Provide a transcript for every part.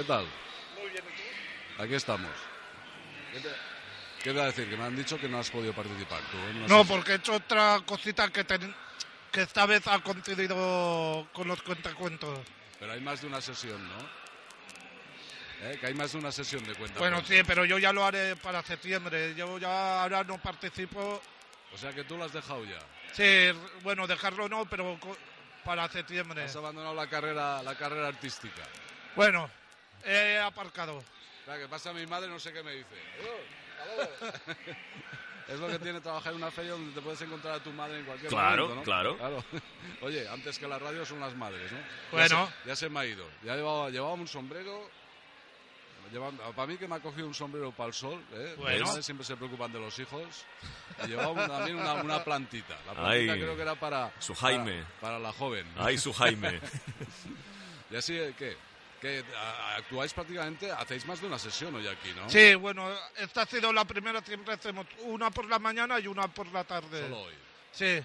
¿Qué tal? Aquí estamos. ¿Qué te- ¿Qué te va a decir? Que me han dicho que no has podido participar. tú, ¿eh? No, sé- porque he hecho otra cosita que, ten- que esta vez ha coincidido con los cuentacuentos. Pero hay más de una sesión, ¿no? ¿Eh? Que hay más de una sesión de cuenta. Bueno, sí, pero yo ya lo haré para septiembre. Yo ya ahora no participo. O sea que tú lo has dejado ya. Sí, r- bueno, dejarlo no, pero co- para septiembre. Has abandonado la carrera, la carrera artística. Bueno, he aparcado. Espera, que pasa mi madre, no sé qué me dice. ¡Oh! ¡Aló! es lo que tiene trabajar en una feria donde te puedes encontrar a tu madre en cualquier Claro, momento, ¿no? claro. Oye, antes que la radio son las madres, ¿no? Bueno. Ya se, ya se me ha ido. Ya llevaba, llevaba un sombrero... llevaba- para mí que me ha cogido un sombrero para el sol, ¿eh? Bueno. Las madres siempre se preocupan de los hijos. Y llevaba un- también una, una plantita. La plantita Ay. creo que era para... Su Jaime. Ah. Para, para la joven. Ay, su Jaime. Y así, eh, ¿qué? Que a- actuáis prácticamente, hacéis más de una sesión hoy aquí, ¿no? Sí, bueno, esta ha sido la primera, siempre hacemos una por la mañana y una por la tarde. Solo hoy. Sí,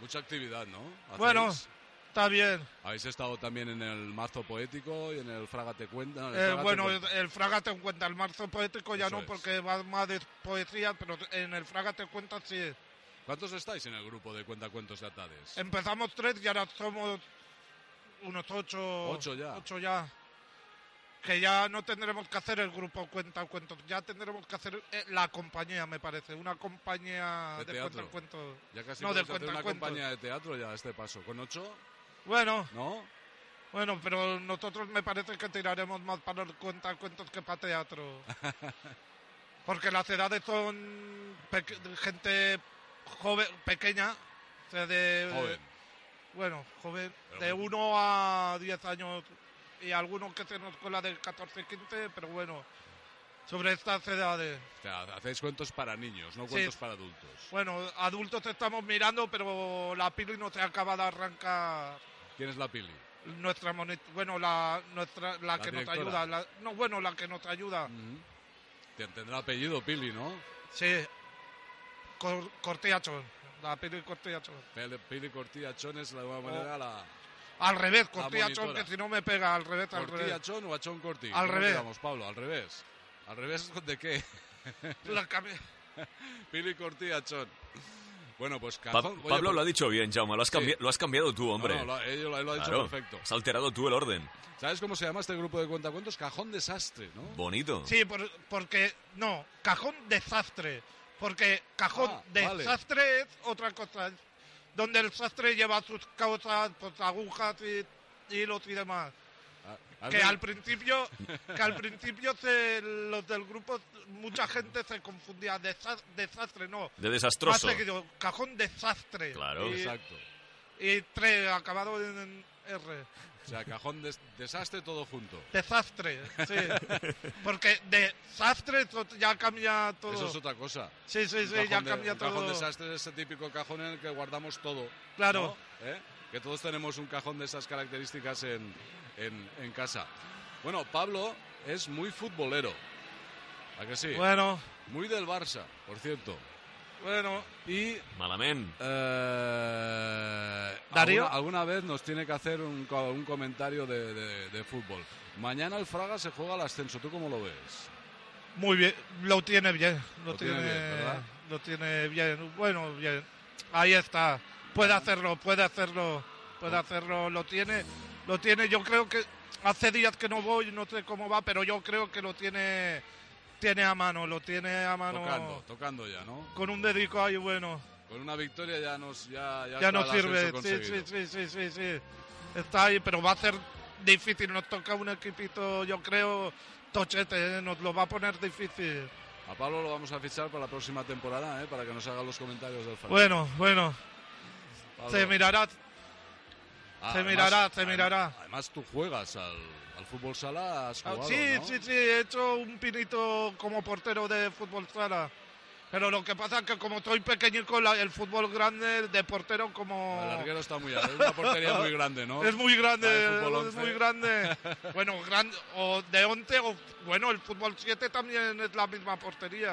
Mucha actividad, ¿no? ¿Hacéis? Bueno. está bien. Habéis estado también en el mazo poético y en el Frágate Cuenta. no, el Eh, Frágate bueno, Cuenta. el Fragate en cuenta, el marzo poético ya Eso no, es. porque va más de poesía, pero en el Fragate cuenta sí. ¿Cuántos estáis en el grupo de Cuentacuentos de Atades? Empezamos tres y ahora somos unos ocho. Ocho ya. Ocho ya. Que ya no tendremos que hacer el grupo cuenta cuentos, ya tendremos que hacer eh, la compañía, me parece, una compañía De de, teatro. cuenta cuentos. Ya casi no, podéis del hacer una Cuentacuentos. compañía de teatro ya a este paso. ¿Con ocho? Bueno, ¿No? bueno, pero nosotros me parece que tiraremos más para el cuenta cuentos que para teatro. Porque las edades son peque- gente joven, pequeña, o sea, de, Joven. Bueno, joven, Pero de bueno. 1 a 10 años y algunos que tenemos con la de 14, 15, pero bueno, sobre estas edades. O sea, hacéis cuentos para niños, no Sí. cuentos para adultos. Bueno, adultos estamos mirando, pero la pili no se acaba de arrancar ¿Quién es la Pili? nuestra monet, bueno, la nuestra la, La que directora. Mm. nos ayuda, la- no bueno, la que nos ayuda. Ujú. Te- Tendrá apellido Pili, ¿no? Sí. Cor, Cortiachos, la pili Cortiachos. Pele- Pili Cortiachón es de alguna Oh, manera la... Al revés, La Cortiachón, monitora. que si no me pega al revés, al ¿Corti revés. Achón o Achón Corti? Al ¿Cómo revés. quedamos, Pablo, al revés. ¿Al revés de qué? La cami- Pili Corti Achón. Bueno, pues Pa- calzón. Oye, Pablo pues- lo ha dicho bien, Jaume. Lo has, cambi- Sí. lo has cambiado tú, hombre. No, no, lo, ha- ello lo- lo ha dicho Claro. perfecto. Has alterado tú el orden. ¿Sabes cómo se llama este grupo de cuentacuentos? Cajón Desastre, ¿no? Bonito. Sí, por- porque no, cajón desastre. Porque cajón Ah, vale. desastre es otra cosa. es Donde el sastre lleva sus causas, pues, agujas y hilos y demás. Ah, has Que venido- al principio, que al principio se- los del grupo, mucha gente se confundía. Desa- desastre, no. De Más desastroso. seguido, cajón desastre. Claro. Y, Exacto. y tres, acabado en R. O sea, Cajón des- Desastre todo junto. Desastre, sí. Porque desastre to- ya cambia todo. Eso es otra cosa. Sí, Oh. sí, Un sí, cajón ya de- cambia un Cajón todo. Desastre es ese típico cajón en el que guardamos todo. Claro. ¿no? ¿Eh? Que todos tenemos un cajón de esas características en, en- en casa. Bueno, Pablo es muy futbolero. ¿A que sí? Bueno, Muy del Barça, por cierto. bueno. Y Malamente. Eh, Darío. Alguna, alguna vez nos tiene que hacer un, co- un comentario de, de- de fútbol. Mañana el Fraga se juega al ascenso. ¿Tú cómo lo ves? Muy bien, lo tiene bien. Lo, Lo tiene tiene, bien, ¿verdad? Lo tiene bien. Bueno, bien. Ahí está. Puede hacerlo, puede hacerlo, Oh. puede hacerlo. Lo tiene, lo tiene. Yo creo que hace días que no voy, no sé cómo va, pero yo creo que lo tiene, tiene a mano, lo tiene a mano. Tocando, tocando ya, ¿no? Con un dedico ahí bueno. Con una victoria ya nos ya, ya Ya está no el sirve. ascenso Sí, sí, conseguido. sí, sí, sí, sí. Está ahí, pero va a ser difícil. Nos toca un equipito, yo creo, tochete. ¿eh? Nos lo va a poner difícil. A Pablo lo vamos a fichar para la próxima temporada, ¿eh? para que nos haga los comentarios del Fraga. Bueno, bueno. Pablo, Se mirará. Se mirará, se ah, adem- mirará. Además, tú juegas al, al fútbol sala, has Ah, jugado, sí, ¿no? sí, sí, he hecho un pinito como portero de fútbol sala. Pero lo que pasa es que como estoy pequeñico, la- el fútbol grande de portero como... El arquero está muy alto, es una portería muy grande, ¿no? Es muy Ah, grande, el fútbol es once. muy grande. Bueno, gran, o de 11 o bueno, el fútbol 7 también es la misma portería.